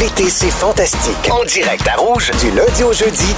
L'été, c'est fantastique. En direct à Rouge, du lundi au jeudi,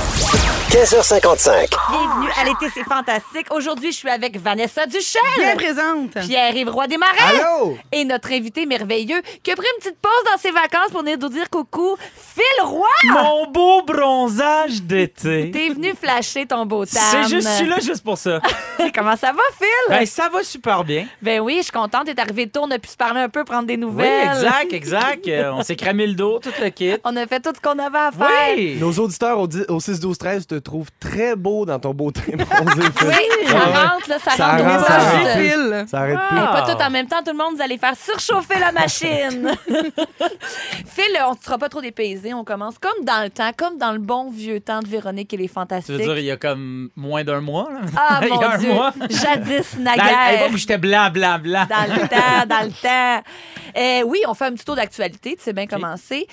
15h55. Bienvenue Ah! à l'été, c'est fantastique. Aujourd'hui, je suis avec Vanessa Duchel. Bien présente. Pierre-Yves Roy des Marais. Allô? Et notre invité merveilleux qui a pris une petite pause dans ses vacances pour venir nous dire coucou, Phil Roy. Mon beau bronzage d'été. T'es venu flasher ton beau temps. C'est juste, je suis là juste pour ça. Comment ça va, Phil? Ben, ça va super bien. Ben oui, je suis contente. T'es arrivé tôt, on a pu se parler un peu, prendre des Oui, nouvelles. exact, exact. Euh, on s'est cramé le dos, tout le kit. On a fait tout ce qu'on avait à faire. Oui! Nos auditeurs au, dix- au 6-12-13 te trouvent très beau dans ton beau teint bronzé. Phil. Oui, Ah. ça rentre, là, ça, Ça rentre rentre, au ça poste. rentre. Phil. Ça arrête plus. Et pas tout en même temps, tout le monde, vous allez faire surchauffer la machine. Phil, on ne sera pas trop dépaysé, on commence comme dans le temps, comme dans le bon vieux temps de Véronique et les Tu veux dire, Fantastiques. il y a comme moins d'un mois, là? Ah il y a mon un Dieu, mois. jadis Dans naguère. l'époque où j'étais blanc, blanc, blanc. Dans le temps, dans le temps. Euh, oui, on fait un petit tour d'actualité. Tu sais bien commencer.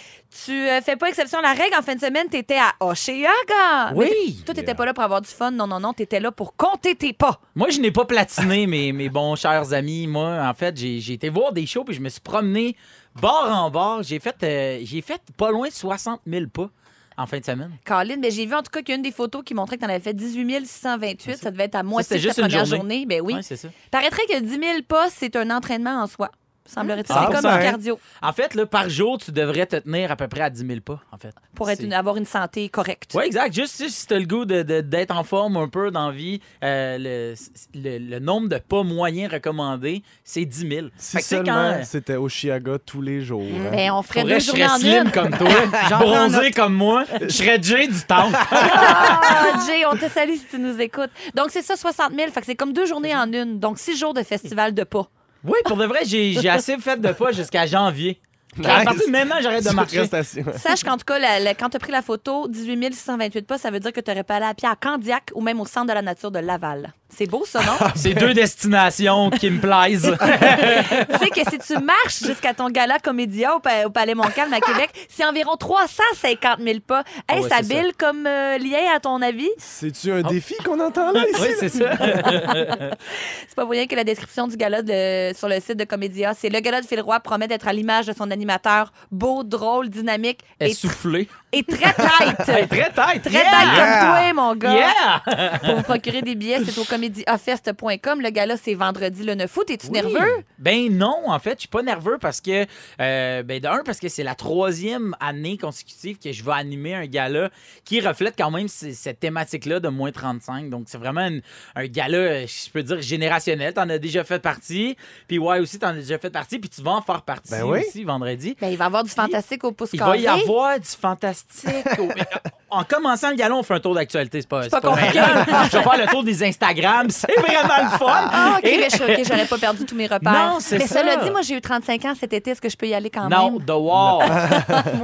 Tu euh, fais pas exception à la règle. En fin de semaine, tu étais à Oshéaga. Oui. Toi, t'étais pas là pour avoir du fun. Non, non, non. T'étais là pour compter tes pas. Moi, je n'ai pas platiné, mes, mes bons chers amis. Moi, en fait, j'ai j'ai été voir des shows, puis je me suis promené bord en bord. J'ai fait, euh, j'ai fait pas loin de 60 000 pas en fin de semaine. Colin, mais ben, j'ai vu en tout cas qu'il y a une des photos qui montrait que t'en avais fait 18 628. Ça devait être à moitié c'était de ta Ah, juste une première journée. journée. Ben oui. Ouais, c'est ça. Paraîtrait que 10 000 pas, c'est un entraînement en soi. Semblerait-il. Ah, c'est comme ça, du hein. cardio En fait, là, par jour, tu devrais te tenir à peu près à 10 000 pas, en fait. pour être C'est- une- avoir une santé correcte. Oui, exact. Juste si- si tu as le goût de- de- d'être en forme un peu dans la vie, euh, le, le- le nombre de pas moyens recommandés, c'est 10 000. Si Fait que, tu sais, seulement quand- euh, c'était au Chiaga tous les jours. hein. Ben, on ferait Pour deux vrai, je journées serais en slim une. comme toi, bronzé comme moi, je serais Jay du temps. Ah, Jay, on te salue si tu nous écoutes. Donc, c'est ça, 60 000. Fait que c'est comme deux journées en une. Donc, six jours de festival de pas. oui, pour de vrai, j'ai j'ai assez fait de pas jusqu'à janvier. À Nice. partir de maintenant, j'arrête de Sur marcher. prestation. Sache qu'en tout cas, la- la- quand tu as pris la photo, 18 628 pas, ça veut dire que tu aurais pas allé à pied à Candiac ou même au centre de la nature de Laval. C'est beau, ça, non? C'est deux destinations qui me plaisent. tu sais que si tu marches jusqu'à ton gala comédia au, Pa- au Palais Montcalm à Québec, c'est environ 350 000 pas. Hey, Ah ouais, ça c'est ça. bille comme euh, lien, à ton avis? C'est-tu un défi qu'on entend là ici? oui, c'est ça. C'est pas pour rien que la description du gala de- sur le site de Comédia, c'est le gala de Phil Roy promet d'être à l'image de son animateur, beau, drôle, dynamique et, Essoufflé. et très tight. Hey, très tight. Très tight comme toi, mon gars. Yeah! Pour vous procurer des billets, c'est au comédiafest.com. Le gala, c'est vendredi le 9 août. Es-tu Oui. nerveux? Ben non, en fait, je suis pas nerveux parce que, euh, ben d'un, parce que c'est la troisième année consécutive que je vais animer un gala qui reflète quand même c- cette thématique-là de moins 35. Donc, c'est vraiment une- un gala, euh, je peux dire, générationnel. T'en as déjà fait partie. Puis, ouais, aussi, t'en as déjà fait partie. Puis, tu vas en faire partie Ben oui. aussi vendredi. Ben, il va y avoir du fantastique au pouce Il va carré. y avoir du fantastique. en commençant le gala, on fait un tour d'actualité. C'est pas, pas compliqué. mal. Je vais faire le tour des Instagrams. C'est vraiment le fun. Ah, OK, Et- mais je- ok, j'aurais pas perdu tous mes repères. Non, c'est mais ça. cela dit, moi, j'ai eu 35 ans cet été. Est-ce que je peux y aller quand Non, même? The Wall.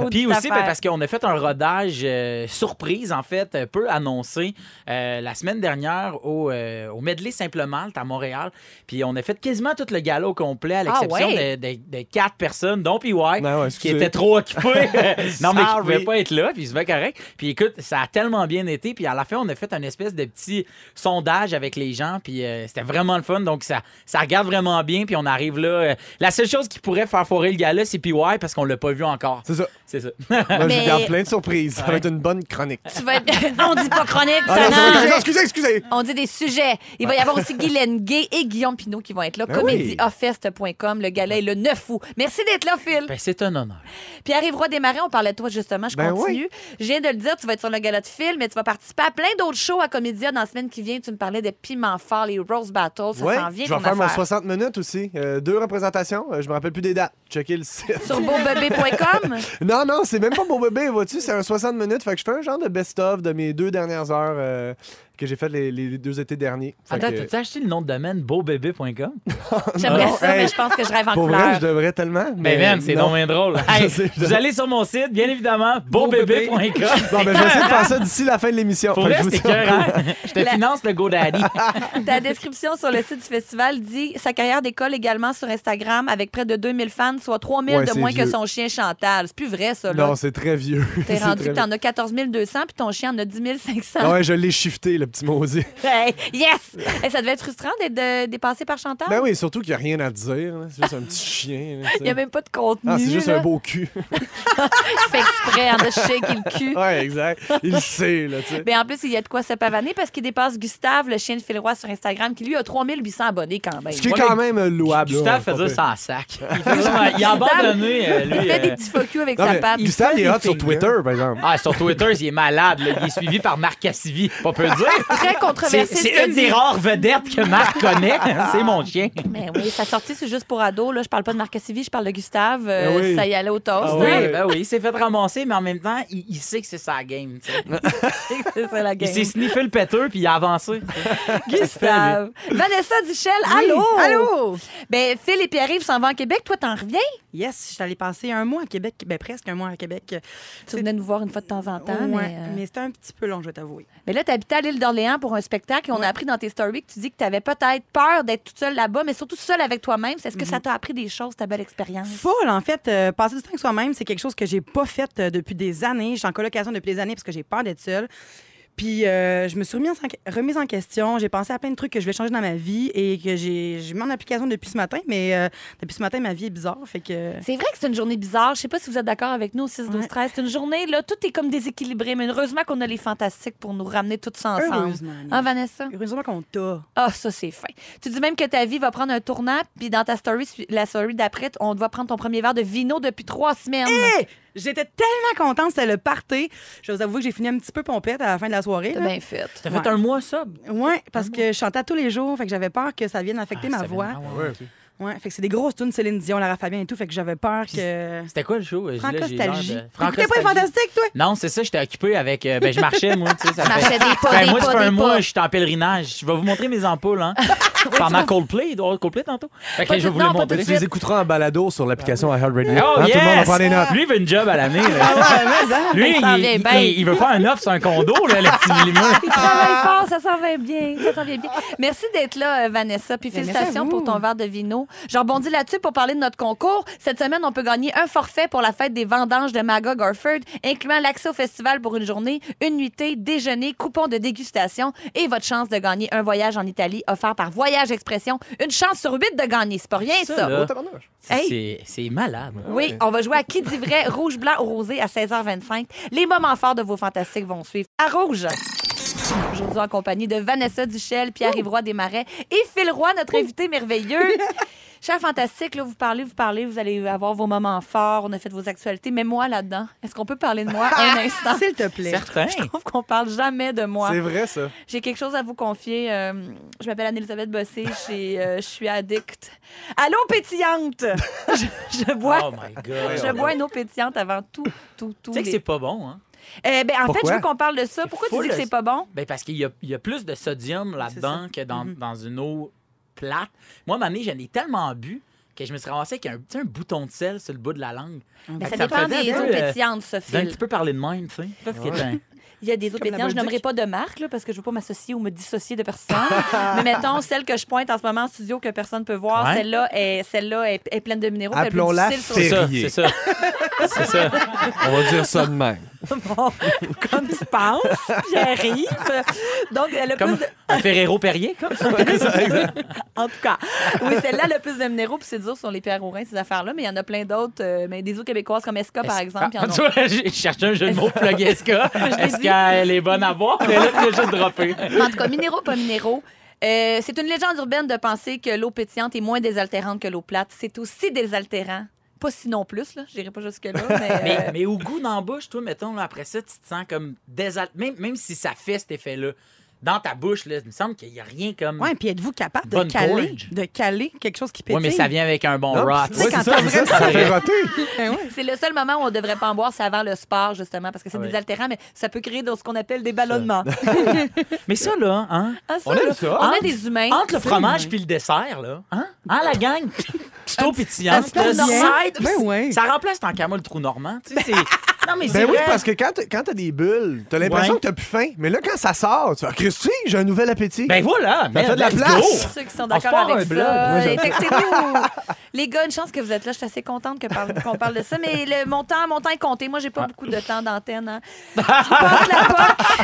Maudite Puis aussi, ben, affaire. parce qu'on a fait un rodage euh, surprise, en fait, euh, peu annoncé euh, la semaine dernière au, euh, au Medley Simplement à Montréal. Puis on a fait quasiment tout le gala au complet, à l'exception ouais? de, de- de quatre personnes, dont PY, Ben ouais, qui excusez. était trop occupé. non, mais qui ne Sorry. pouvait pas être là, puis c'est bien correct. Puis écoute, ça a tellement bien été. Puis à la fin, on a fait un espèce de petit sondage avec les gens, puis euh, c'était vraiment le fun. Donc ça, ça regarde vraiment bien, puis on arrive là. euh, la seule chose qui pourrait faire foirer le gala, c'est PY, parce qu'on l'a pas vu encore. C'est ça. C'est ça. Moi, Mais- je garde plein de surprises. Ça va être une bonne chronique. Tu vas être- On dit pas chronique, Ah, ça non, ça va non. être- non, excusez, excusez. On dit des sujets. Il va y avoir aussi Guylaine Gay et Guillaume Pinot qui vont être là. Ben oui. Comédieoffest.com. Le gala est le 9 août. Merci d'être là, Phil. Ben, c'est un honneur. Puis arrive Roy Desmarais, on parlait de toi justement, je Ben continue. Je viens de le dire, tu vas être sur le gala de Phil, mais tu vas participer à plein d'autres shows à Comédia dans la semaine qui vient. Tu me parlais de Piment Fort, les Rose Battles, ça Ouais, s'en vient je vais ton faire mon affaire. 60 minutes aussi. Euh, deux représentations. Euh, je me rappelle plus des dates. Checker le site. Sur beaubébé.com. Non, non, c'est même pas mon bébé, vois-tu? C'est un 60 minutes. Fait que je fais un genre de best-of de mes deux dernières heures euh, que j'ai faites les, les deux étés derniers. Fait Attends, que- Ben, t'as-tu acheté le nom de domaine beaubébé.com? J'aimerais ça, hey, mais je pense que je rêve en Pour couleur. vrai, je devrais tellement. Ben, man, c'est non. donc bien drôle. Je Hey, sais, je- vous allez sur mon site, bien évidemment, beaubébé.com. Bon, ben, je vais essayer de faire ça d'ici la fin de l'émission. Pour Fait que vrai, je vous c'est tiens au courant. cœur, Je te La- finance le GoDaddy. Ta description sur le site du festival dit sa carrière d'école également sur Instagram avec près de 2000 fans, Anne soit 3 000 Ouais, de c'est moins que vieux. son chien Chantal. C'est plus vrai, ça. Là. Non, c'est très vieux. T'es C'est rendu très que t'en as 14 200 puis ton chien en a 10 500. Ah ouais, je l'ai shifté, le petit maudit. Hey, yes! Hey, ça devait être frustrant d'être euh, dépassé par Chantal. Ben oui, surtout qu'il n'y a rien à dire. là. C'est juste un petit chien. là, tu sais. Il n'y a même pas de contenu. Ah, c'est juste là. un beau cul. Il fait exprès en de shaker le cul. ouais, exact. Il le sait, là, tu sais. Mais en plus, il y a de quoi se pavaner parce qu'il dépasse Gustave, le chien de Filroy sur Instagram, qui lui a 3800 abonnés quand même. Ce qui est Moi, quand mais- même euh, louable. là, Gustave pas faisait pire. ça en sac. Il, fait juste- il a abandonné, euh, Il lui. fait des euh, petits focus avec Non, sa mais patte. Gustave, il est hot sur Il fait des Twitter, par exemple. Ah, sur Twitter, il est malade. là. Il est suivi par Marc Cassivi. On peut le dire. Très C'est- controversé. ce C'est que une dit. des rares vedettes que Marc connaît. C'est mon chien. Mais oui, sa sortie, c'est juste pour ados. Là, je parle pas de Marc Cassivi, je parle de Gustave. Euh, Ah oui. Ça y allait au toast. hein. Ah Oui, ouais. ben oui, il s'est fait ramasser, mais en même temps, il, il sait que c'est sa game. tu sais. c'est ça la Il game. s'est sniffé le pêteux puis il a avancé. Gustave. Vanessa Duchel, allô? Allô? Ben, Phil et Pierre-Yves s'en vont à Québec. Toi, t'en reviens? Yes, je suis allée passer un mois à Québec, ben presque un mois à Québec. Tu venais nous voir une fois de temps en temps. Ouais, mais, euh, mais c'était un petit peu long, je vais t'avouer. mais là, t'habitais à l'île d'Orléans pour un spectacle et on a appris dans tes stories que tu dis que t'avais peut-être peur d'être toute seule là-bas, mais surtout seule avec toi-même. Est-ce Mm-hmm. que ça t'a appris des choses, ta belle expérience? Folle, en fait. euh, passer du temps avec soi-même, c'est quelque chose que j'ai pas fait euh, depuis des années. Je suis en colocation depuis des années parce que j'ai peur d'être seule. Puis euh, je me suis remis en, remise en question. J'ai pensé à plein de trucs que je voulais changer dans ma vie et que j'ai j'ai mis en application depuis ce matin. Mais euh, depuis ce matin, ma vie est bizarre. Fait que. C'est vrai que c'est une journée bizarre. Je sais pas si vous êtes d'accord avec nous au 6 12 Ouais. 13 C'est une journée, là, tout est comme déséquilibré. Mais heureusement qu'on a les fantastiques pour nous ramener tout ça ensemble. Heureusement, Annie. Hein, Vanessa? Heureusement qu'on t'a. Ah, ça, c'est fin. Tu dis même que ta vie va prendre un tournant, puis dans ta story, su- la story d'après, on va prendre ton premier verre de vino depuis trois semaines. Hey! J'étais tellement contente, c'était le party. Je vais vous avouer que j'ai fini un petit peu pompette à la fin de la soirée. T'as là. bien fait. T'as Ouais. fait un mois sobre. Oui, parce que je chantais tous les jours, fait que j'avais peur que ça vienne affecter Ah, ma ça voix. vient- ah ouais. Ouais, ok. Ouais, fait que c'est des grosses tunes Céline Dion, Lara Fabien et tout, fait que j'avais peur que C'était quoi le show? Là, j'ai l'air de- Francostalgie. T'écoutais pas Francostalgie. les fantastiques, toi Non, c'est ça, j'étais occupé avec. euh, ben, je marchais, moi, tu sais. Ça Je fait- marchais des pas, Ben, des moi, pas, ça fait des un pas. mois, j'étais en pèlerinage. Je vais vous montrer mes ampoules, hein. Pendant Coldplay, il doit y avoir Coldplay tantôt. Fait que Pas je vais tout- vous les non, pas tout montrer. de Tu les écouteras en balado sur l'application iHeartRadio. Oh, Hein, Tout le monde en yes! prend des notes. Lui, il veut une job à l'année. là. Lui, Ah, hein? Il s'en il, ben, vient il- bien. il- il veut faire un offre sur un condo, là, le petit Villemur. Il travaille Ah! fort, ça s'en va bien. Ça s'en vient bien. Merci d'être là, euh, Vanessa. Puis Ben, merci à félicitations vous. pour ton verre de vino. Je rebondis là-dessus pour parler de notre concours. Cette semaine, on peut gagner un forfait pour la fête des vendanges de Magog Orford, incluant l'accès au festival pour une journée, une nuitée, déjeuner, coupon de dégustation et votre chance de gagner un voyage en Italie offert par Voyage Expression. Une chance sur huit de gagner. C'est pas rien, ça. Ça, là, Oh, tabarnouche. c'est- Hey. c'est- C'est malade. Oui, on va jouer à qui dit vrai, rouge, blanc ou rosé à 16h25. Les moments forts de vos fantastiques vont suivre à rouge. Aujourd'hui en compagnie de Vanessa Duchel, Pierre Ivroy Desmarais et Phil Roy, notre invité merveilleux. Chers fantastiques, là, vous parlez, vous parlez, vous allez avoir vos moments forts, on a fait vos actualités, mais moi là-dedans, est-ce qu'on peut parler de moi un instant? S'il te plaît. Ah, Certain. Je trouve qu'on parle jamais de moi. C'est vrai, ça. J'ai quelque chose à vous confier. euh, je m'appelle Anne-Elisabeth Bossé. j'ai, euh, Je suis addict. Allô, pétillante! Je, je Ah, bois Oh my God. je bois une eau pétillante avant tout, tout, tout. Tu sais que les- c'est pas bon, hein? Eh ben, en fait, Pourquoi? je veux qu'on parle de ça. C'est Pourquoi tu full dis que de- c'est pas bon? Ben parce qu'il y a, il y a plus de sodium là-dedans que Mhm. dans, dans une eau plate. Moi, ma année, j'en ai tellement bu que je me suis ramassé avec un, tu sais, un bouton de sel sur le bout de la langue. Mais Fait Ben, ça, que me dépend faisait des un peu, eaux euh, pétillantes, faisait un Sophie. petit peu parler de même, tu sais. Parce que t'as un- Il y a des eaux Comme la pétillantes. Je Bolduc. nommerai pas de marque là, parce que je veux pas m'associer ou me dissocier de personne. Mais mettons celle que je pointe en ce moment en studio que personne peut voir. Ouais. Celle-là est, celle-là est, est pleine de minéraux. puis elle est plus Appelons-la difficile sur- Phil. C'est ça, Terrier. c'est ça. C'est ça. On va dire ça de même. Comme tu penses, Pierre-Yves. Donc, elle a Comme plus de... un Ferrero Perrier, comme ça. En tout cas, oui, celle-là, le plus de minéraux, puis c'est dur sur les pierres au rein, ces affaires-là, mais il y en a plein d'autres. euh, mais des eaux québécoises comme Esca, par exemple. il y en Ah, a- tu vois, j'ai cherché un jeu de mots plug Esca. l'ai Est-ce dit. qu'elle est bonne à boire? Mais là, tu l'as juste droppé. Mais En tout cas, minéraux, pas minéraux. Euh, c'est une légende urbaine de penser que l'eau pétillante est moins désaltérante que l'eau plate. C'est aussi désaltérant. Pas sinon plus, là. J'irai pas jusque-là, mais... euh, Mais, mais au goût dans la bouche, toi, mettons, là, après ça, tu te sens comme désalt... Même, même si ça fait cet effet-là, dans ta bouche, là, il me semble qu'il n'y a rien comme... Ouais, puis êtes-vous capable de Bonne caler, porridge. de caler quelque chose qui pétille? Ouais, mais ça vient avec un bon Non, rot. ouais, Ah, c'est quand ça, t'as c'est ça, vraiment- ça fait roter. Ben ouais. C'est le seul moment où on devrait pas en boire, c'est avant le sport, justement, parce que c'est Ouais. désaltérant, mais ça peut créer dans ce qu'on appelle des ballonnements. Mais ça, là, hein? Ah, ça, On aime là, ça. On a Entre- des humains. Entre le fromage puis le dessert, là, hein? Hein, la gang? Petite eau pétillante. un petit là, trou normand. side. Ben ouais. Ça remplace tant qu'à moi le trou normand. Tu sais, c'est- Non, mais c'est Ben oui, vrai. parce que quand t'- quand t'as des bulles, t'as l'impression Ouais. que t'as plus faim. Mais là, quand ça sort, tu vas Christy, j'ai un nouvel appétit. Ben voilà, mais fait de la place. Ceux qui sont On se part d'accord un avec blog. ça, Moi, j'aime et textez-nous. Les gars, une chance que vous êtes là. Je suis assez contente que parle- qu'on parle de ça. Mais le, mon, temps, mon temps est compté. Moi, j'ai pas beaucoup de temps d'antenne. hein. Je passe la poche.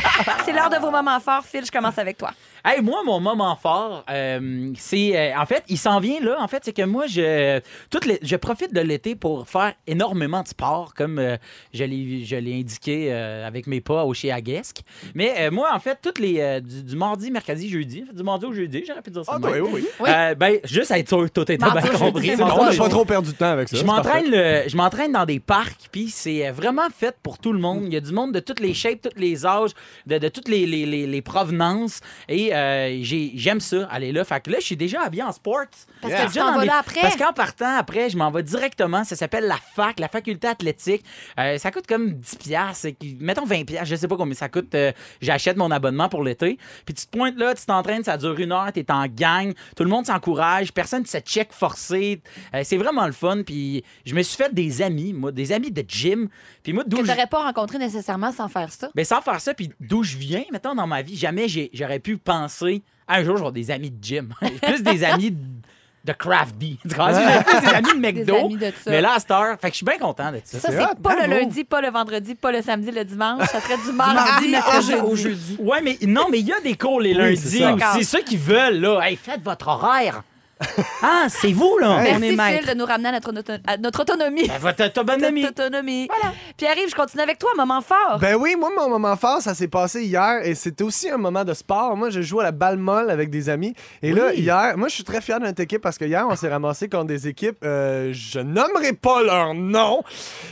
C'est l'heure de vos moments forts. Phil, je commence avec toi. Hey, moi, mon moment fort, euh, c'est. euh, en fait, il s'en vient là. En fait, c'est que moi, je, tout l'é- je profite de l'été pour faire énormément de sport, comme euh, je l'ai je l'ai indiqué euh, avec mes pas au Chiaguesque. Mais euh, moi, en fait, toutes les, euh, du, du mardi, mercredi, jeudi, du mardi au jeudi, j'aurais pu dire ça. Ah, de toi, même. oui, oui. Oui. Euh, ben, juste à être sûr que tout était Mardi au bien jeudi, compris. c'est Mardi bon. au On n'a jeudi. pas trop perdu de temps avec ça. Je c'est m'entraîne, le- je m'entraîne dans des parcs, puis c'est euh, vraiment fait pour tout le monde. Il y a du monde de toutes les shapes, tous les âges, de, de toutes les, les- les- les provenances. Et euh, j'ai- j'aime ça, aller là. Fait que là, je suis déjà habillé en sport. Parce que Je suis tu déjà t'en dans vas mes- là après. Parce qu'en partant, après, je m'en vais directement. Ça s'appelle la fac, la faculté athlétique. Euh, ça coûte comme 10 piastres. et qui- Mettons 20 piastres, je sais pas combien ça coûte. euh, J'achète mon abonnement pour l'été. Puis tu te pointes là, tu t'entraînes, ça dure une heure, t'es en gang. Tout le monde s'encourage. Personne ne se check forcé. Euh, C'est vraiment le fun. Puis je me suis fait des amis, moi, des amis de gym. Puis moi, d'où Que je- t'aurais pas rencontré nécessairement sans faire ça. ben, sans faire ça, puis d'où je viens, mettons, dans ma vie, jamais j'ai- j'aurais pu penser un jour, j'aurai des amis de gym. plus des amis de, de Craft B. Tu comprends? J'aurais plus des amis de Des McDo. amis de ça. Mais là, à cette heure, fait que je suis bien content de ça. Ça, c'est c'est hot, pas le bravo. lundi, pas le vendredi, pas le samedi, le dimanche. Ça serait du Mardi, mardi, mercredi, au au jeudi. jeudi. Ouais, mais non, mais il y a des cours les lundis c'est ça. aussi. Ceux qui veulent, là, hey, faites votre horaire. Ah, c'est vous, là. Hey. On Merci, est Phil, maître. de nous ramener à notre, auto- à notre autonomie. Ben, votre autonomie. Notre autonomie. Pierre-Yves, je continue avec toi, moment fort. Ben oui, moi, mon moment fort, ça s'est passé hier et c'était aussi un moment de sport. Moi, je joue à la balle molle avec des amis. Et là, Oui. hier, moi, je suis très fier de notre équipe parce que hier, on s'est ramassé contre des équipes, euh, je nommerai pas leur nom.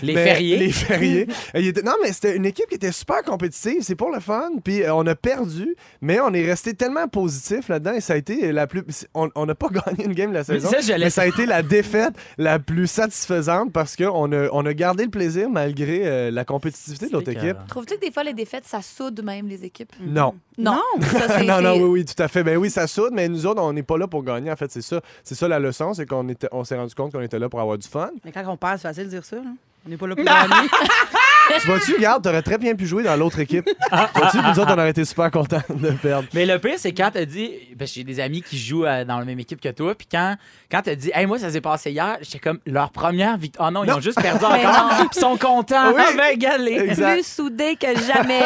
Les mais- fériés. Les fériés. Et il était- non, mais c'était une équipe qui était super compétitive. C'est pour le fun. Puis euh, on a perdu, mais on est resté tellement positif là-dedans et ça a été la plus. On on n'a pas gagné une game de la saison. ça, j'allais- mais ça a été la défaite la plus satisfaisante parce qu'on a, on a gardé le plaisir malgré euh, la compétitivité de l'autre C'était équipe. écœurant. Trouves-tu que des fois, les défaites, ça soude même les équipes? Non. Non. Ça, c'est- non, non, Mm. c'est- oui, oui, tout à fait. Ben oui, ça soude, mais nous autres, on n'est pas là pour gagner. En fait, c'est ça. C'est ça la leçon, c'est qu'on était, on s'est rendu compte qu'on était là pour avoir du fun. Mais quand on perd, c'est facile de dire ça. là. On n'est pas là pour Ah, gagner. tu vois-tu, regarde, t'aurais très bien pu jouer dans l'autre équipe. vois-tu, nous autres, on aurait été super contents de perdre. Mais le pire, c'est quand t'as dit, parce que j'ai des amis qui jouent euh, dans la même équipe que toi, puis quand, quand t'as dit, hey, moi, ça s'est passé hier, j'étais comme leur première victoire. Oh non, ils ont juste perdu Mais encore, non. puis ils sont contents. Oui. Ah ben, galé. Exact. Plus soudé que jamais.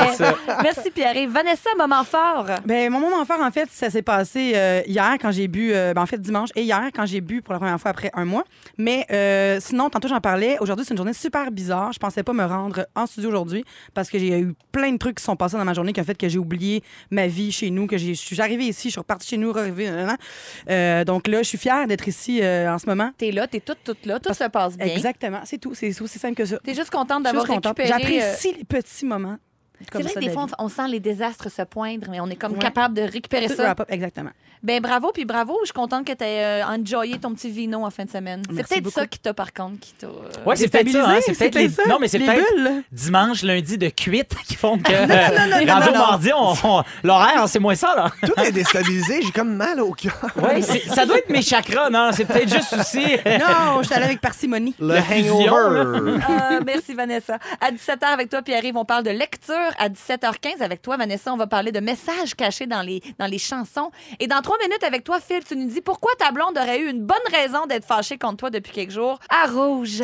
Merci, Pierre-Yves. Vanessa, moment fort. Ben, mon moment fort, en fait, ça s'est passé euh, hier quand j'ai bu, euh, ben, en fait, dimanche et hier quand j'ai bu pour la première fois après un mois. Mais euh, sinon, tantôt, j'en parlais. Aujourd'hui, c'est une journée super bizarre. Je pensais pas me rendre en studio aujourd'hui parce que j'ai eu plein de trucs qui sont passés dans ma journée qui ont fait que j'ai oublié ma vie chez nous, que j'ai- je suis arrivée ici, je suis repartie chez nous, arrivée. Euh, donc là, je suis fière d'être ici euh, en ce moment. T'es là, t'es toute, toute là. Tout se passe bien. Exactement, c'est tout. C'est c'est aussi simple que ça. T'es juste contente Je suis d'avoir juste contente. récupéré. euh, J'apprécie les petits moments. C'est comme vrai ça que des de la fois, vie. on on sent les désastres se poindre, mais on est comme Ouais. capable de récupérer Tout ça. wrap up, exactement. Ben bravo, puis bravo. Je suis contente que tu aies enjoyé ton petit vino en fin de semaine. C'est Merci peut-être beaucoup. ça qui t'a, par contre, qui t'a. euh, Ouais, c'est peut-être ça. hein, C'est peut-être les... Déstabilisé, Non, mais c'est les peut-être bulles. dimanche, lundi de cuite qui font que. euh, non, rendu au non. mardi, on- on- l'horaire, c'est moins ça, là. Tout est déstabilisé, j'ai comme mal au cœur. Ouais, c'est- ça doit être mes chakras, non? C'est peut-être juste aussi. Non, je suis allée avec parcimonie. Le fusion, hangover. Ah, merci, Vanessa. À 17h avec toi, Pierre-Yves, on parle de lecture. À 17h15 avec toi, Vanessa, on va parler de messages cachés dans les, dans les chansons. Et dans trois minutes avec toi, Phil, tu nous dis pourquoi ta blonde aurait eu une bonne raison d'être fâchée contre toi depuis quelques jours. À rouge.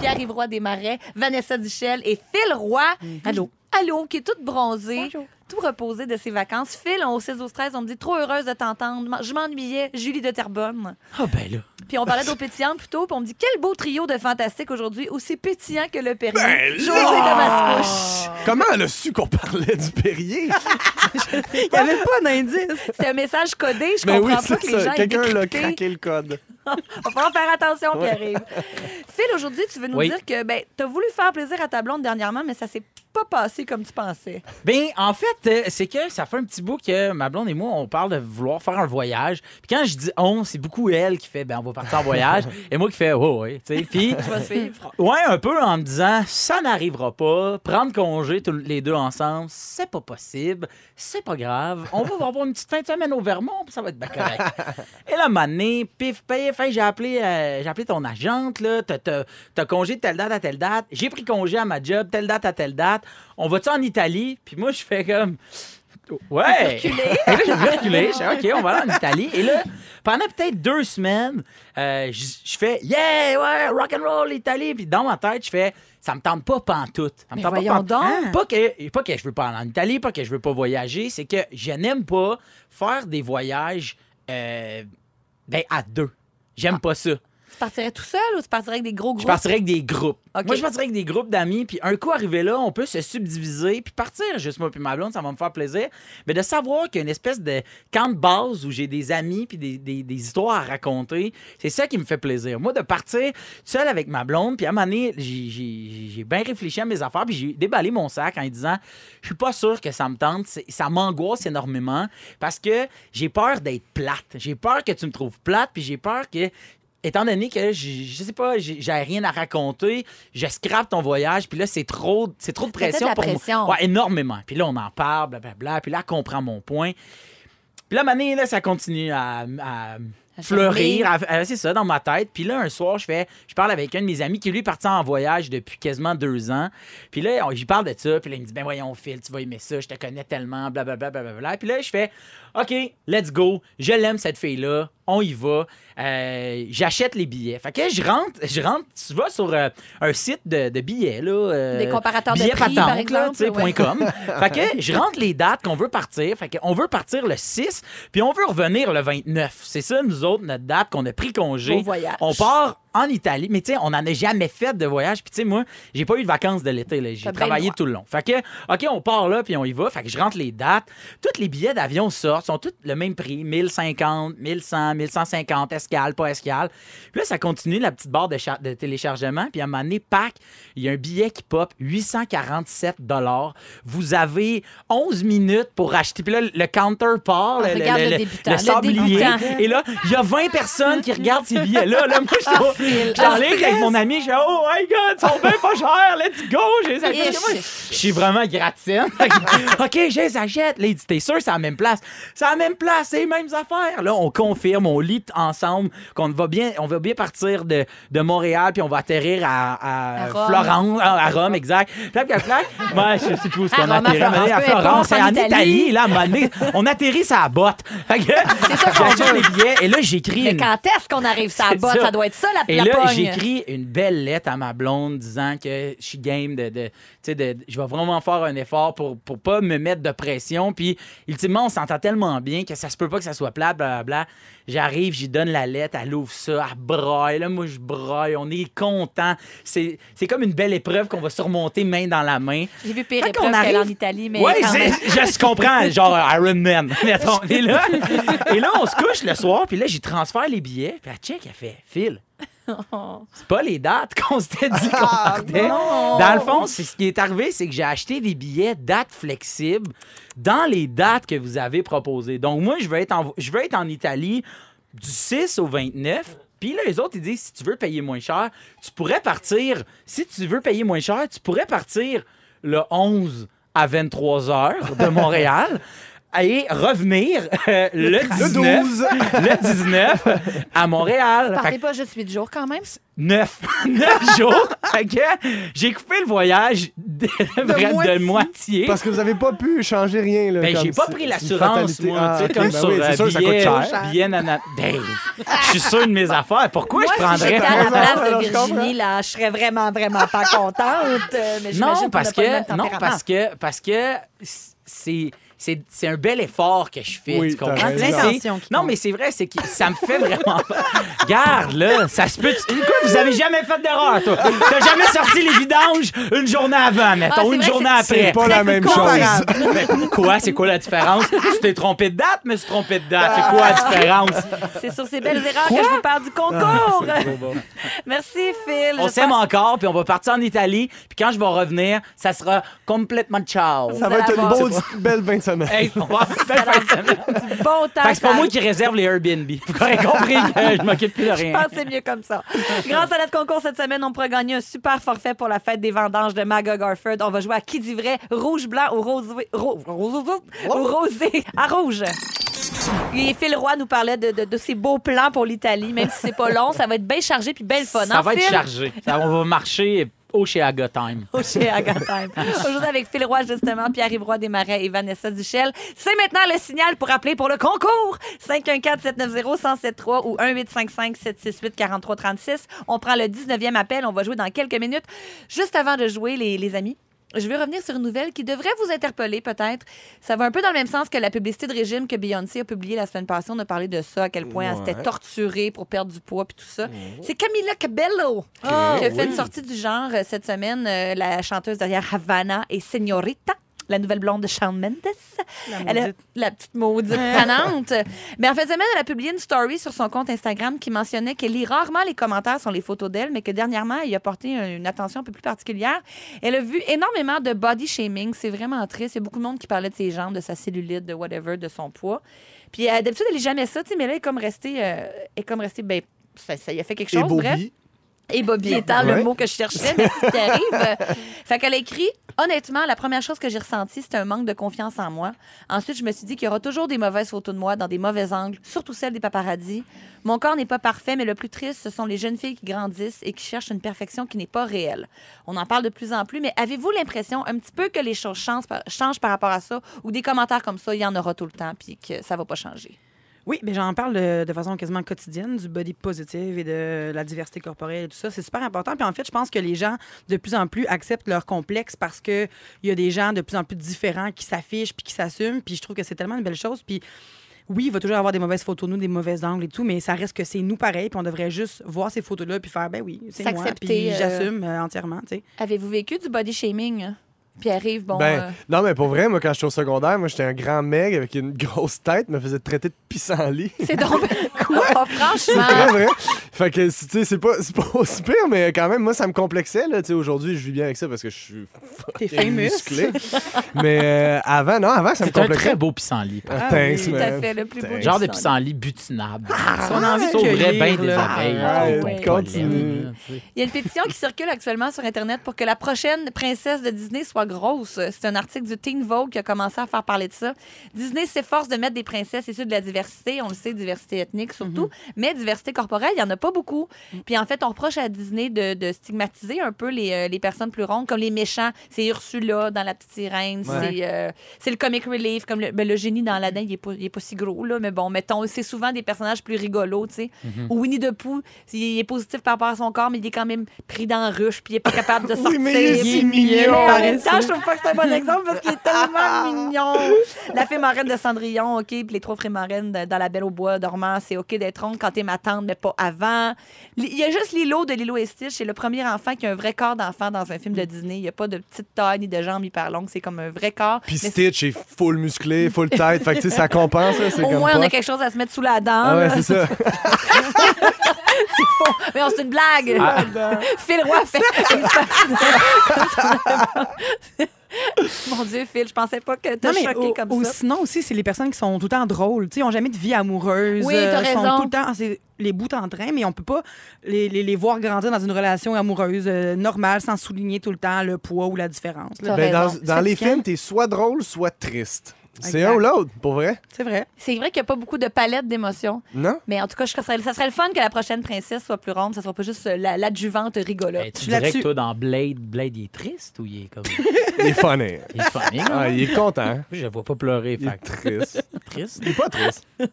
Pierre-Yves Roy Desmarais, Vanessa Duchel et Phil Roy. Allô. Allô, qui est toute bronzée. Tout reposée de ses vacances. Phil, au 16 au 13, on me dit trop heureuse de t'entendre. Je m'ennuyais. Julie de Terrebonne. Ah, ben là. Puis on parlait d'eau pétillante plus tôt, puis on me dit quel beau trio de fantastiques aujourd'hui, aussi pétillant que le Perrier. Ben José là! Damascouche. Comment elle a su qu'on parlait du Perrier? Il n'y avait pas d'indice. C'est un message codé, je Mais Ben oui, comprends pas c'est que les ça. gens Quelqu'un l'a aient décrypté. craqué le code. Il va falloir faire attention, Pierre-Yves. Phil, aujourd'hui, tu veux nous Oui. dire que ben, tu as voulu faire plaisir à ta blonde dernièrement, mais ça s'est pas pas passé comme tu pensais. Ben, en fait, euh, c'est que ça fait un petit bout que ma blonde et moi, on parle de vouloir faire un voyage. Puis quand je dis on, c'est beaucoup elle qui fait, ben, on va partir en voyage. et moi qui fais, oh, ouais, tu sais. Puis, Je vais suivre. ouais, un peu en me disant, ça n'arrivera pas. Prendre congé tous les deux ensemble, c'est pas possible. C'est pas grave. On va avoir une petite fin de semaine au Vermont, puis ça va être bien correct. et là, mané, pif, pif, hey, j'ai appelé, euh, j'ai appelé ton agente, là. T'as- T'as t'as congé de telle date à telle date. J'ai pris congé à ma job, telle date à telle date. On va-tu en Italie? Puis moi, je fais comme. Ouais! Et là, j'ai voulu reculer. Je fais, OK, on va aller en Italie. Et là, pendant peut-être deux semaines, euh, je je fais, yeah, ouais, rock'n'roll, l'Italie. Puis dans ma tête, je fais, ça me tente pas pantoute. Ça me Mais tente voyons pas pantoute. donc. Pas que, pas que je veux pas aller en Italie, pas que je veux pas voyager, c'est que je n'aime pas faire des voyages euh, ben, à deux. Ah. J'aime pas ça. Tu partirais tout seul ou tu partirais avec des gros groupes? Je partirais avec des groupes. OK. Moi, je partirais avec des groupes d'amis. Puis un coup arrivé là, on peut se subdiviser puis partir. Juste moi puis ma blonde, ça va me faire plaisir. Mais de savoir qu'il y a une espèce de camp de base où j'ai des amis puis des, des- des histoires à raconter, c'est ça qui me fait plaisir. Moi, de partir seul avec ma blonde, puis à un moment donné, j'ai- j'ai j'ai bien réfléchi à mes affaires puis j'ai déballé mon sac en lui disant « Je suis pas sûr que ça me tente. C'est- Ça m'angoisse énormément parce que j'ai peur d'être plate. J'ai peur que tu me trouves plate puis j'ai peur que étant donné que je, je sais pas, j'ai j'ai rien à raconter, je scrape ton voyage, puis là c'est trop, c'est trop de Peut-être pression de la pour moi. pression. Ouais, énormément. Puis là on en parle, blablabla, puis là elle comprend mon point. Puis là, mané, là, ça continue à, à fleurir, à- à- c'est ça, dans ma tête. Puis là, un soir, je fais, je parle avec un de mes amis qui, lui, est parti en voyage depuis quasiment deux ans. Puis là, on- j'y parle de ça. Puis là, il me dit, ben voyons, Phil, tu vas aimer ça, je te connais tellement, blablabla. Bla, bla, bla, bla. Puis là, je fais, OK, let's go, je l'aime, cette fille-là, on y va. Euh, J'achète les billets. Fait que je rentre, je rentre, tu vas sur euh, un site de, de billets, là. euh, Des comparateurs de billets prix, par patentes, là, exemple, tu sais, ouais. point com. fait que je rentre les dates qu'on veut partir. Fait que on veut partir le 6, puis on veut revenir le 29. C'est ça, nous autres, notre date qu'on a pris congé. Bon voyage. On part en Italie, mais tu sais, on n'en a jamais fait de voyage. Puis tu sais, moi, j'ai pas eu de vacances de l'été. là. J'ai T'as bien travaillé le droit. tout le long. Fait que, OK, on part là, puis on y va. Fait que je rentre les dates. Tous les billets d'avion sortent, sont tous le même prix 1050, 1100, 1150, escale, pas escale. Puis là, ça continue la petite barre de, cha- de téléchargement. Puis à un moment donné, pack, il y a un billet qui pop 847 Vous avez 11 minutes pour acheter. Puis là, le counter part, Ah, le, regarde le le, débutant, le le sablier. débutant. Et là, il y a 20 personnes qui regardent ces billets-là. Là, moi, Ah, je suis- je suis en ligne avec mon ami. Je fais Oh my God, ils sont bien pas chers. Let's go. Je les achète. Parce que moi, Je suis vraiment gratine. OK, je les achète. Là, il dit T'es sûr, c'est à la même place? C'est à la même place, c'est les mêmes affaires. Là, on confirme, on lit ensemble qu'on va bien, on va bien partir de, de Montréal, puis on va atterrir à, à À Rome. Florence, à, à Rome, exact. Plac, plac, plac. Moi, je sais plus où est-ce qu'on À Rome, à atterrit. Florence, Mais à peu importe, Florence, c'est en en Italie. Italie. Là, à un moment donné, on atterrit sa botte. Fait que j'achète les billets et là, j'écris Mais une quand est-ce qu'on arrive ça c'est botte? Ça. doit être ça, la, Et la là, pogne. j'écris une belle lettre à ma blonde disant que je suis game de. de- tu sais, de- je vais vraiment faire un effort pour, pour pas me mettre de pression. Puis, ultimement, on s'entend tellement bien que ça se peut pas que ça soit plat, blablabla. J'arrive, j'y donne la lettre, elle ouvre ça, elle braille. Là, moi, je braille. On est content. C'est c'est comme une belle épreuve qu'on va surmonter main dans la main. J'ai vu pire Fait qu'on épreuve qu'elle arrive- en Italie, mais Ouais, quand c'est- même. je je comprends, genre euh, Iron Man. mettons. et, là, et là, on se couche le soir, puis là, j'y transfère les billets, puis la check, elle fait Phil. C'est pas les dates qu'on s'était dit qu'on partait. Dans le fond, c'est ce qui est arrivé, c'est que j'ai acheté des billets dates flexibles dans les dates que vous avez proposées. Donc moi, je vais être en, je vais être en Italie du 6 au 29. Puis là, les autres, ils disent, si tu veux payer moins cher, tu pourrais partir, si tu veux payer moins cher, tu pourrais partir le 11 à 23 heures de Montréal et revenir euh, le, 19, 12. le 19 à Montréal. Fait que Partez pas juste 8 jours quand même. Neuf. Neuf jours. Fait que j'ai coupé le voyage de, de moitié. moitié. Parce que vous avez pas pu changer rien. Là, Ben, comme j'ai pas c'est- pris c'est une l'assurance, fatalité. moi, Ah, tu sais, ok, comme ben sur oui, euh, c'est sûr, ça coûte billet, cher. billet nana- Ben, je suis sûr de mes affaires. Pourquoi Moi, je si j'étais prendrais... à la place Alors, de je comprends. Virginie, là, je serais vraiment, vraiment pas contente. euh, Mais j'imagine qu'on Non, n'a parce pas le que, même non tempérament. parce que parce que c'est c'est c'est un bel effort que je fais. Oui, tu t'as comprends? raison. C'est- L'intention qui Non, compte. mais c'est vrai, c'est que ça me fait vraiment. Garde, là, ça se peut. tu- Quoi, vous avez jamais fait d'erreur, toi? T'as jamais sorti les vidanges une journée avant, mettons, Ah, c'est une vrai que journée c'est- après. C'est pas la c'est même chose. Ben, comparable. Mais quoi? C'est quoi la différence? Tu t'es trompé de date, mais tu t'es trompé de date. C'est quoi la Ah. différence? C'est sur ces belles erreurs que je vous parle du concours. Merci, Phil. On J'espère- s'aime encore, puis on va partir en Italie. Puis quand je vais revenir, ça sera complètement ciao. Ça Vous va être allez une avoir- bonne, belle fin de semaine. Hey, on va faire une fin de semaine. Bon temps. Fait que c'est pas ça- moi qui réserve les Airbnb. Vous avez compris que je m'occupe plus de Je rien. pense que c'est mieux comme ça. Grâce à notre concours cette semaine, on pourra gagner un super forfait pour la fête des vendanges de Magog Garford. On va jouer à qui dit vrai, rouge, blanc ou rose, ro- rose- ou rosé à rouge. Et Phil Roy nous parlait de, de- de ses beaux plans pour l'Italie. Même si c'est pas long, ça va être bien chargé puis bien le fun. Ça hein, va être Phil? chargé. Ça, on va marcher au chez Aga Time. Au chez Agathe Time. Aujourd'hui avec Phil Roy, justement, Pierre-Yves Roy Desmarais et Vanessa Duchel. C'est maintenant le signal pour appeler pour le concours. 514-790-1073 ou 1855-768-4336. On prend le 19e appel. On va jouer dans quelques minutes. Juste avant de jouer, les, les amis, je vais revenir sur une nouvelle qui devrait vous interpeller peut-être. Ça va un peu dans le même sens que la publicité de régime que Beyoncé a publiée la semaine passée. On a parlé de ça, à quel point elle s'était torturée pour perdre du poids puis tout ça. C'est Camila Cabello qui a fait une sortie du genre euh, cette semaine. euh, la chanteuse derrière Havana et Señorita. La nouvelle blonde de Shawn Mendes. Elle a- maudite. la petite maudite panante. Mais en fait, semaine, elle a publié une story sur son compte Instagram qui mentionnait qu'elle lit rarement les commentaires sur les photos d'elle, mais que dernièrement, elle y a porté un- une attention un peu plus particulière. Elle a vu énormément de body shaming. C'est vraiment triste. Il y a beaucoup de monde qui parlait de ses jambes, de sa cellulite, de whatever, de son poids. Puis euh, d'habitude, elle n'est jamais ça, tu sais, mais là, elle est comme restée. euh, elle est comme restée. Ben, ça, ça y a fait quelque chose, Et Bobby. bref. Et Bobby étant Ouais. le mot que je cherchais, mais c'est ce qui arrive. Euh, Fait qu'elle a écrit Honnêtement, la première chose que j'ai ressentie, c'était un manque de confiance en moi. Ensuite, je me suis dit qu'il y aura toujours des mauvaises photos de moi dans des mauvais angles, surtout celles des paparazzis. Mon corps n'est pas parfait, mais le plus triste, ce sont les jeunes filles qui grandissent et qui cherchent une perfection qui n'est pas réelle. On en parle de plus en plus, mais avez-vous l'impression un petit peu que les choses changent par, changent par rapport à ça ou des commentaires comme ça, il y en aura tout le temps puis que ça va pas changer? Oui, mais j'en parle de, de façon quasiment quotidienne, du body positive et de la diversité corporelle et tout ça. C'est super important. Puis en fait, je pense que les gens, de plus en plus, acceptent leur complexe parce qu'il y a des gens de plus en plus différents qui s'affichent puis qui s'assument. Puis je trouve que c'est tellement une belle chose. Puis oui, il va toujours avoir des mauvaises photos, de nous, des mauvaises angles et tout, mais ça reste que c'est nous pareil. Puis on devrait juste voir ces photos-là puis faire, ben oui, c'est moi. S'accepter, Puis euh, j'assume euh, entièrement, tu sais. Avez-vous vécu du body shaming? hein? Puis arrive, bon. Ben, euh, Non, mais pour vrai, moi, quand j'étais au secondaire, moi, j'étais un grand meg avec une grosse tête, me faisait traiter de pissenlit. C'est donc quoi? franchement. Très vrai. Fait que, tu sais, c'est pas, c'est pas aussi pire, mais quand même, moi, ça me complexait, là. Tu sais, aujourd'hui, je vis bien avec ça parce que je suis T'es fucking famous. musclé. mais euh, avant, non, avant, ça me C'est un complexait. très beau pissenlit. par Ah, Ah oui, thanks, Tout à man. fait, le plus beau. Putain. Genre de pissenlit. pissenlit butinable. Si on a envie de sauverait cueillir, bien des là. oreilles. Arrête, ton continue. pollen, tu sais. Il y a une pétition qui circule actuellement sur Internet pour que la prochaine princesse de Disney soit grosse. C'est un article du Teen Vogue qui a commencé à faire parler de ça. Disney s'efforce de mettre des princesses issues de la diversité, on le sait, diversité ethnique surtout, mais diversité corporelle, il n'y en a pas beaucoup. Puis en fait, on reproche à Disney de, de stigmatiser un peu les, euh, les personnes plus rondes, comme les méchants. C'est Ursula dans La Petite Sirène, c'est, euh, c'est le comic relief, comme le, ben, le génie dans Aladdin, il n'est pas, il est pas si gros, là, mais bon, mettons, c'est souvent des personnages plus rigolos, tu sais. Mhm. Ou Winnie the Pooh, il est positif par rapport à son corps, mais il est quand même pris dans la ruche, puis il n'est pas capable de sortir. Oui, mais il est si est mignon. Mais en même paresseux. temps, je trouve pas que c'est un bon exemple parce qu'il est tellement mignon. La fée marraine de Cendrillon, OK, puis les trois frères marraines de- dans La Belle au Bois dormant, c'est OK d'être ronde quand t'es ma tante, mais pas avant. Il y a juste Lilo de Lilo et Stitch, c'est le premier enfant qui a un vrai corps d'enfant dans un film de Disney. Il n'y a pas de petite taille ni de jambes hyper longues, c'est comme un vrai corps. Puis Mais Stitch est full musclé, full tête. Fait que, tu sais, ça compense, là. C'est au comme moins, on pas- a quelque chose à se mettre sous la dent. Ah ouais, là. c'est ça. Mais on c'est une blague. Ah. Phil Roy fait une face. Mon Dieu, Phil, je pensais pas que t'as Non, mais choqué au- comme ou ça. sinon aussi, c'est les personnes qui sont tout le temps drôles, tu sais, ils n'ont jamais de vie amoureuse, Oui, t'as euh, sont raison. tout le temps ah, c'est les bouts en train, mais on peut pas les, les, les voir grandir dans une relation amoureuse euh, normale sans souligner tout le temps le poids ou la différence. là. T'as Ben, dans raison. dans les Fatigant. films, t'es soit drôle, soit triste. C'est Exact. un ou l'autre, pour vrai. C'est vrai. C'est vrai qu'il n'y a pas beaucoup de palettes d'émotions. Non? Mais en tout cas, je, ça, serait, ça serait le fun que la prochaine princesse soit plus ronde. Ça ne sera pas juste euh, la- l'adjuvante rigolote. Hey, Ben, tu suis dirais que là-dessus. toi, dans Blade, Blade, il est triste ou il est comme. Il est funny. Il est funny, là? Ah, il est content. Je le vois pas pleurer. Il est Fait triste. que triste. Il est pas triste. Non,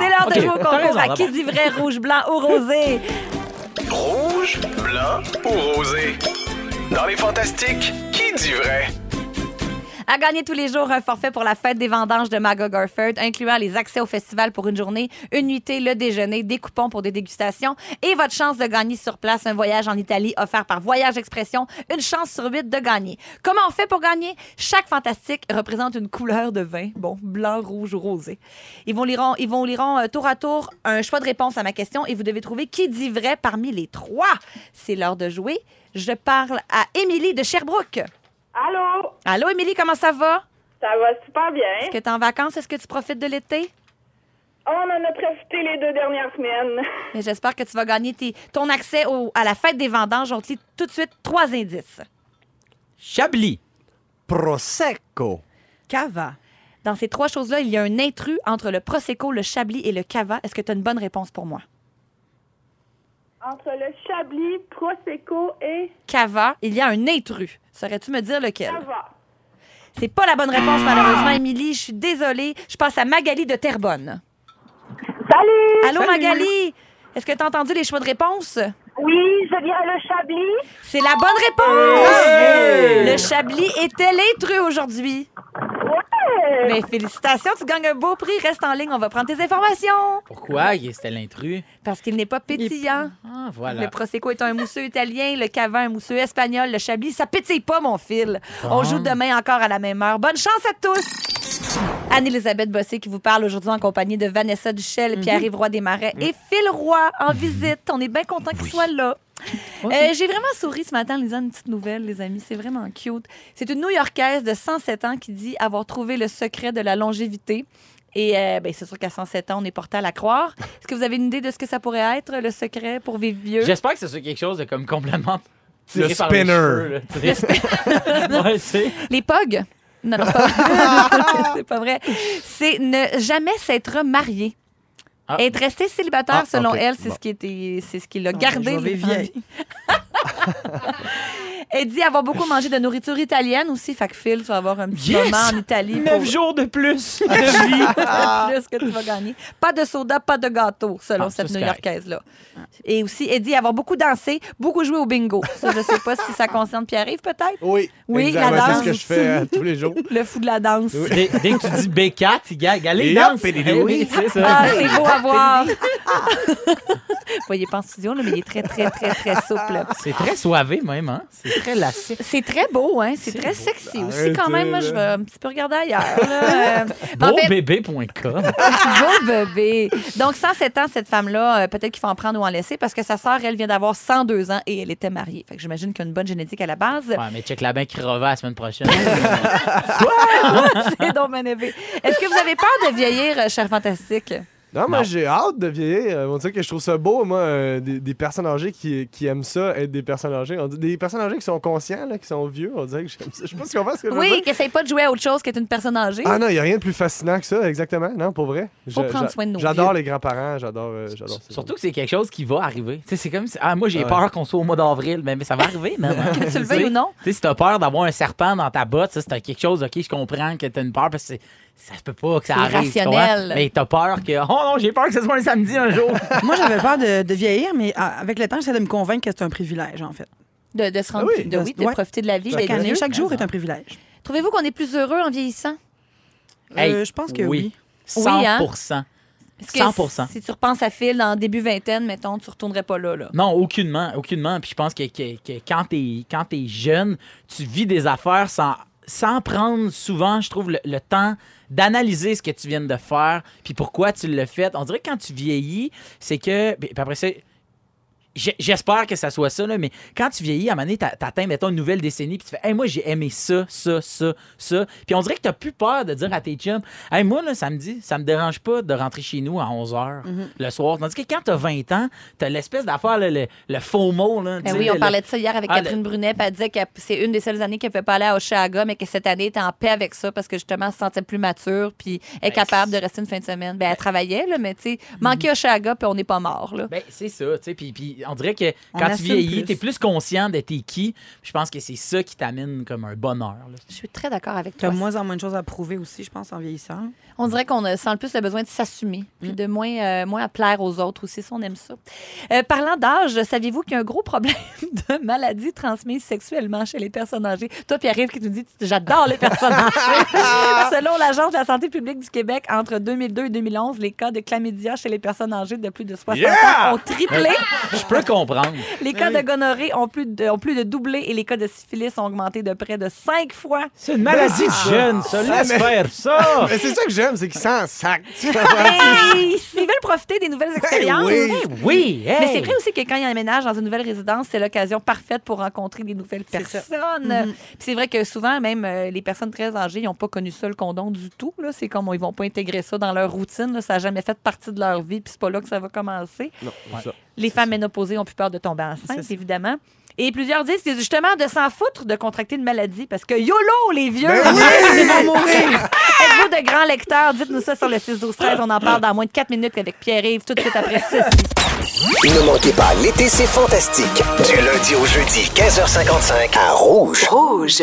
C'est l'heure ok, de jouer au t'as concours raison, à d'abord. qui dit vrai, rouge, blanc ou rosé. Rouge, blanc ou rosé? Dans les fantastiques, qui dit vrai? À gagner tous les jours un forfait pour la fête des vendanges de Magog Orford, incluant les accès au festival pour une journée, une nuitée, le déjeuner, des coupons pour des dégustations et votre chance de gagner sur place un voyage en Italie offert par Voyage Expression, une chance sur huit de gagner. Comment on fait pour gagner? Chaque fantastique représente une couleur de vin, bon, blanc, rouge ou rosé. Ils vont lire, ils vont lire euh, tour à tour un choix de réponse à ma question et vous devez trouver qui dit vrai parmi les trois. C'est l'heure de jouer. Je parle à Émilie de Sherbrooke. Allô? Allô, Émilie, comment ça va? Ça va super bien. Est-ce que tu es en vacances? Est-ce que tu profites de l'été? On en a profité les deux dernières semaines. Mais j'espère que tu vas gagner tes- ton accès au- à la fête des vendanges. On te lit tout de suite trois indices. Chablis. Prosecco. Cava. Dans ces trois choses-là, il y a un intrus entre le Prosecco, le Chablis et le Cava. Est-ce que tu as une bonne réponse pour moi? Entre le Chablis, Prosecco et Cava, il y a un intrus. Saurais-tu me dire lequel? Cava. C'est pas la bonne réponse, malheureusement, Émilie. Je suis désolée. Je passe à Magali de Terrebonne. Salut! Allô, Magali? Est-ce que tu as entendu les choix de réponse? Oui, je dirais le Chablis. C'est la bonne réponse! Hey! Le Chablis était l'intrus aujourd'hui. Ouais! Mais félicitations, tu gagnes un beau prix. Reste en ligne, on va prendre tes informations. Pourquoi? Il- C'était l'intrus. Parce qu'il n'est pas pétillant. Ah, Le voilà. Prosecco est un mousseux italien, le Cava un mousseux espagnol, le Chablis, ça pétille pas, mon fil. Bon. On joue demain encore à la même heure. Bonne chance à tous! Anne-Elisabeth Bossé qui vous parle aujourd'hui en compagnie de Vanessa Duchel, Pierre-Yves Roy Desmarais et Phil Roy en visite. On est bien content qu'ils soient là. Euh, J'ai vraiment souri ce matin en lisant une petite nouvelle, les amis. C'est vraiment cute. C'est une New-Yorkaise de 107 ans qui dit avoir trouvé le secret de la longévité. Et euh, ben, c'est sûr qu'à 107 ans, on est porté à la croire. Est-ce que vous avez une idée de ce que ça pourrait être, le secret pour vivre vieux? J'espère que ce soit quelque chose de comme complètement. Le tiré par les spinner. cheveux, là, tu sais. Ouais, tu sais. Les pogs? Non, non, c'est pas vrai. c'est pas vrai. C'est ne jamais s'être marié. Ah. Être resté célibataire, Ah, selon ok. elle, c'est Bon. ce qui était, c'est ce qu'il a Je gardé. vais lui, en vieille. vie. Elle dit avoir beaucoup mangé de nourriture italienne aussi. Fait que Phil, tu vas avoir un petit Yes! moment en Italie. Neuf pour- jours de plus de vie. plus que tu vas gagner. Pas de soda, pas de gâteau, selon Ah, ça, cette c'est New-Yorkaise-là. Et aussi, elle dit avoir beaucoup dansé, beaucoup joué au bingo. Ça, je sais pas si ça concerne Pierre-Yves, peut-être. Oh. Oui. Oui, Exactement, la C'est ce que danse. je fais euh, tous les jours. Le fou de la danse. Dès, dès que tu dis B4, il gagne. Allez, Et danse. hop, et des Eh dos. oui, c'est Ah, ça. c'est beau à voir. Vous voyez pas en studio, là, mais il est très, très, très, très souple. C'est très soivé, même. Hein? C'est très lassé. C'est très beau, hein? C'est très sexy aussi, quand Arrêtez, même. Moi, là. je vais un petit peu regarder ailleurs. là. Euh, en fait, Beaubébé.com. beau bébé. Donc, 107 ans, cette femme-là, euh, peut-être qu'il faut en prendre ou en laisser parce que sa sœur, elle, vient d'avoir 102 ans et elle était mariée. Fait que j'imagine qu'il y a une bonne génétique à la base. Ouais, mais check la bain qui revient la semaine prochaine. C'est donc bien élevé. Est-ce que vous avez peur de vieillir, euh, cher fantastique? Non, moi, Non. j'ai hâte de vieillir. Euh, On dirait que je trouve ça beau, moi, euh, des, des personnes âgées qui, qui aiment ça, être des personnes âgées. On dit- des personnes âgées qui sont conscients, là, qui sont vieux. On dirait que j'aime ça. Je sais pas si tu comprends ce que je veux Oui, dire. qu'essaye pas de jouer à autre chose qu'être une personne âgée. Ah non, il n'y a rien de plus fascinant que ça, exactement. Non, pour vrai. Faut Je- prendre j'a- soin de nos J'adore vieux. les grands-parents, j'adore euh, j'adore ça. Surtout que c'est quelque chose qui va arriver. Tu sais, c'est comme si- ah, moi, j'ai Ouais. peur qu'on soit au mois d'avril, mais, mais ça va arriver, même. hein. Que tu le veuilles ou non. Tu sais, si t'as peur d'avoir un serpent dans ta botte, ça, c'est quelque chose, OK, je comprends que t'as une peur parce que c'est- ça se peut pas que ça C'est arrive. tu comprends? rationnel. Mais t'as peur que, oh non, j'ai peur que ce soit un samedi un jour. Moi, j'avais peur de, de vieillir, mais ah, avec le temps, j'essaie de me convaincre que c'est un privilège, en fait. De, de se rendre, Ah oui, de, de- oui, de ouais. profiter de la vie, Je d'être reconnais. vieux. Chaque jour est un privilège. Trouvez-vous qu'on est plus heureux en vieillissant? Hey, Euh, je pense que oui. 100 Oui, hein? Parce que 100%. Si tu repenses à Phil en début vingtaine, mettons, tu retournerais pas là. là. Non, aucunement, aucunement. Puis je pense que, que- que quand t'es quand t'es jeune, tu vis des affaires sans sans prendre souvent, je trouve, le, le temps d'analyser ce que tu viens de faire, puis pourquoi tu le fais. On dirait que quand tu vieillis, c'est que... Puis après ça, j'ai- J'espère que ça soit ça, là, mais quand tu vieillis, à un moment donné, t'a- t'atteins, mettons, une nouvelle décennie, puis tu fais, hey, moi, j'ai aimé ça, ça, ça, ça. Puis on dirait que t'as plus peur de dire à tes chums, hey, moi, là, samedi, ça me dérange pas de rentrer chez nous à 11 h le soir. Tandis que quand t'as 20 ans, t'as l'espèce d'affaire, là, le, le faux mot, là. tu Ben sais, oui, on le- parlait de ça hier avec Ah, Catherine Brunet, puis elle disait que c'est une des seules années qu'elle ne pouvait pas aller à Oshaga, mais que cette année, elle était en paix avec ça parce que justement, elle se sentait plus mature, puis elle est capable de Ben, Ben, Mhm. rester une fin de semaine. Ben, elle travaillait, là, mais tu sais, manquer Oshaga, puis on n'est pas mort. Là. Ben, c'est ça, tu sais. Puis, puis on dirait que On quand tu assume vieillis, plus. t'es plus conscient de t'es qui. Je pense que c'est ça qui t'amène comme un bonheur. là. Je suis très d'accord avec Tu toi. as de moins en moins de choses à prouver aussi, je pense, en vieillissant. On dirait qu'on euh, sent le plus le besoin de s'assumer, puis de moins, euh, moins à plaire aux autres aussi, si on aime ça. Euh, parlant d'âge, saviez-vous qu'il y a un gros problème de maladies transmises sexuellement chez les personnes âgées? Toi, Pierre-Yves, qui nous dit « J'adore les personnes âgées ». Selon l'Agence de la santé publique du Québec, entre 2002 et 2011, les cas de chlamydia chez les personnes âgées de plus de 60 ans ont triplé. Je peux comprendre. Les cas de gonorrhée ont plus de, ont plus de doublé et les cas de syphilis ont augmenté de près de 5 fois. C'est une maladie de jeune, Ah. ça. Laisse faire ça. Mais c'est ça que j'aime, c'est qu'ils s'en sac. Hey, S'ils veulent profiter des nouvelles expériences, oui. Oui, hey. Mais c'est vrai aussi que quand ils emménagent dans une nouvelle résidence, c'est l'occasion parfaite pour rencontrer des nouvelles ça. personnes. Puis c'est vrai que souvent, même euh, les personnes très âgées, ils n'ont pas connu ça, le condom, du tout. là. C'est comme, ils vont pas intégrer ça dans leur routine. là. Ça n'a jamais fait partie de leur vie, puis c'est pas là que ça va commencer. Les femmes ménopausées ont plus peur de tomber enceinte, ça. évidemment. Et plusieurs disent que c'est justement de s'en foutre de contracter une maladie parce que YOLO, les vieux! Ben oui! Ils vont mourir! Êtes-vous de grands lecteurs? Dites-nous ça sur le 6 12 13 On en parle dans moins de 4 minutes avec Pierre-Yves, tout de suite après ceci. Ne manquez pas, l'été, c'est fantastique. Du lundi au jeudi, 15h55, à Rouge. Rouge.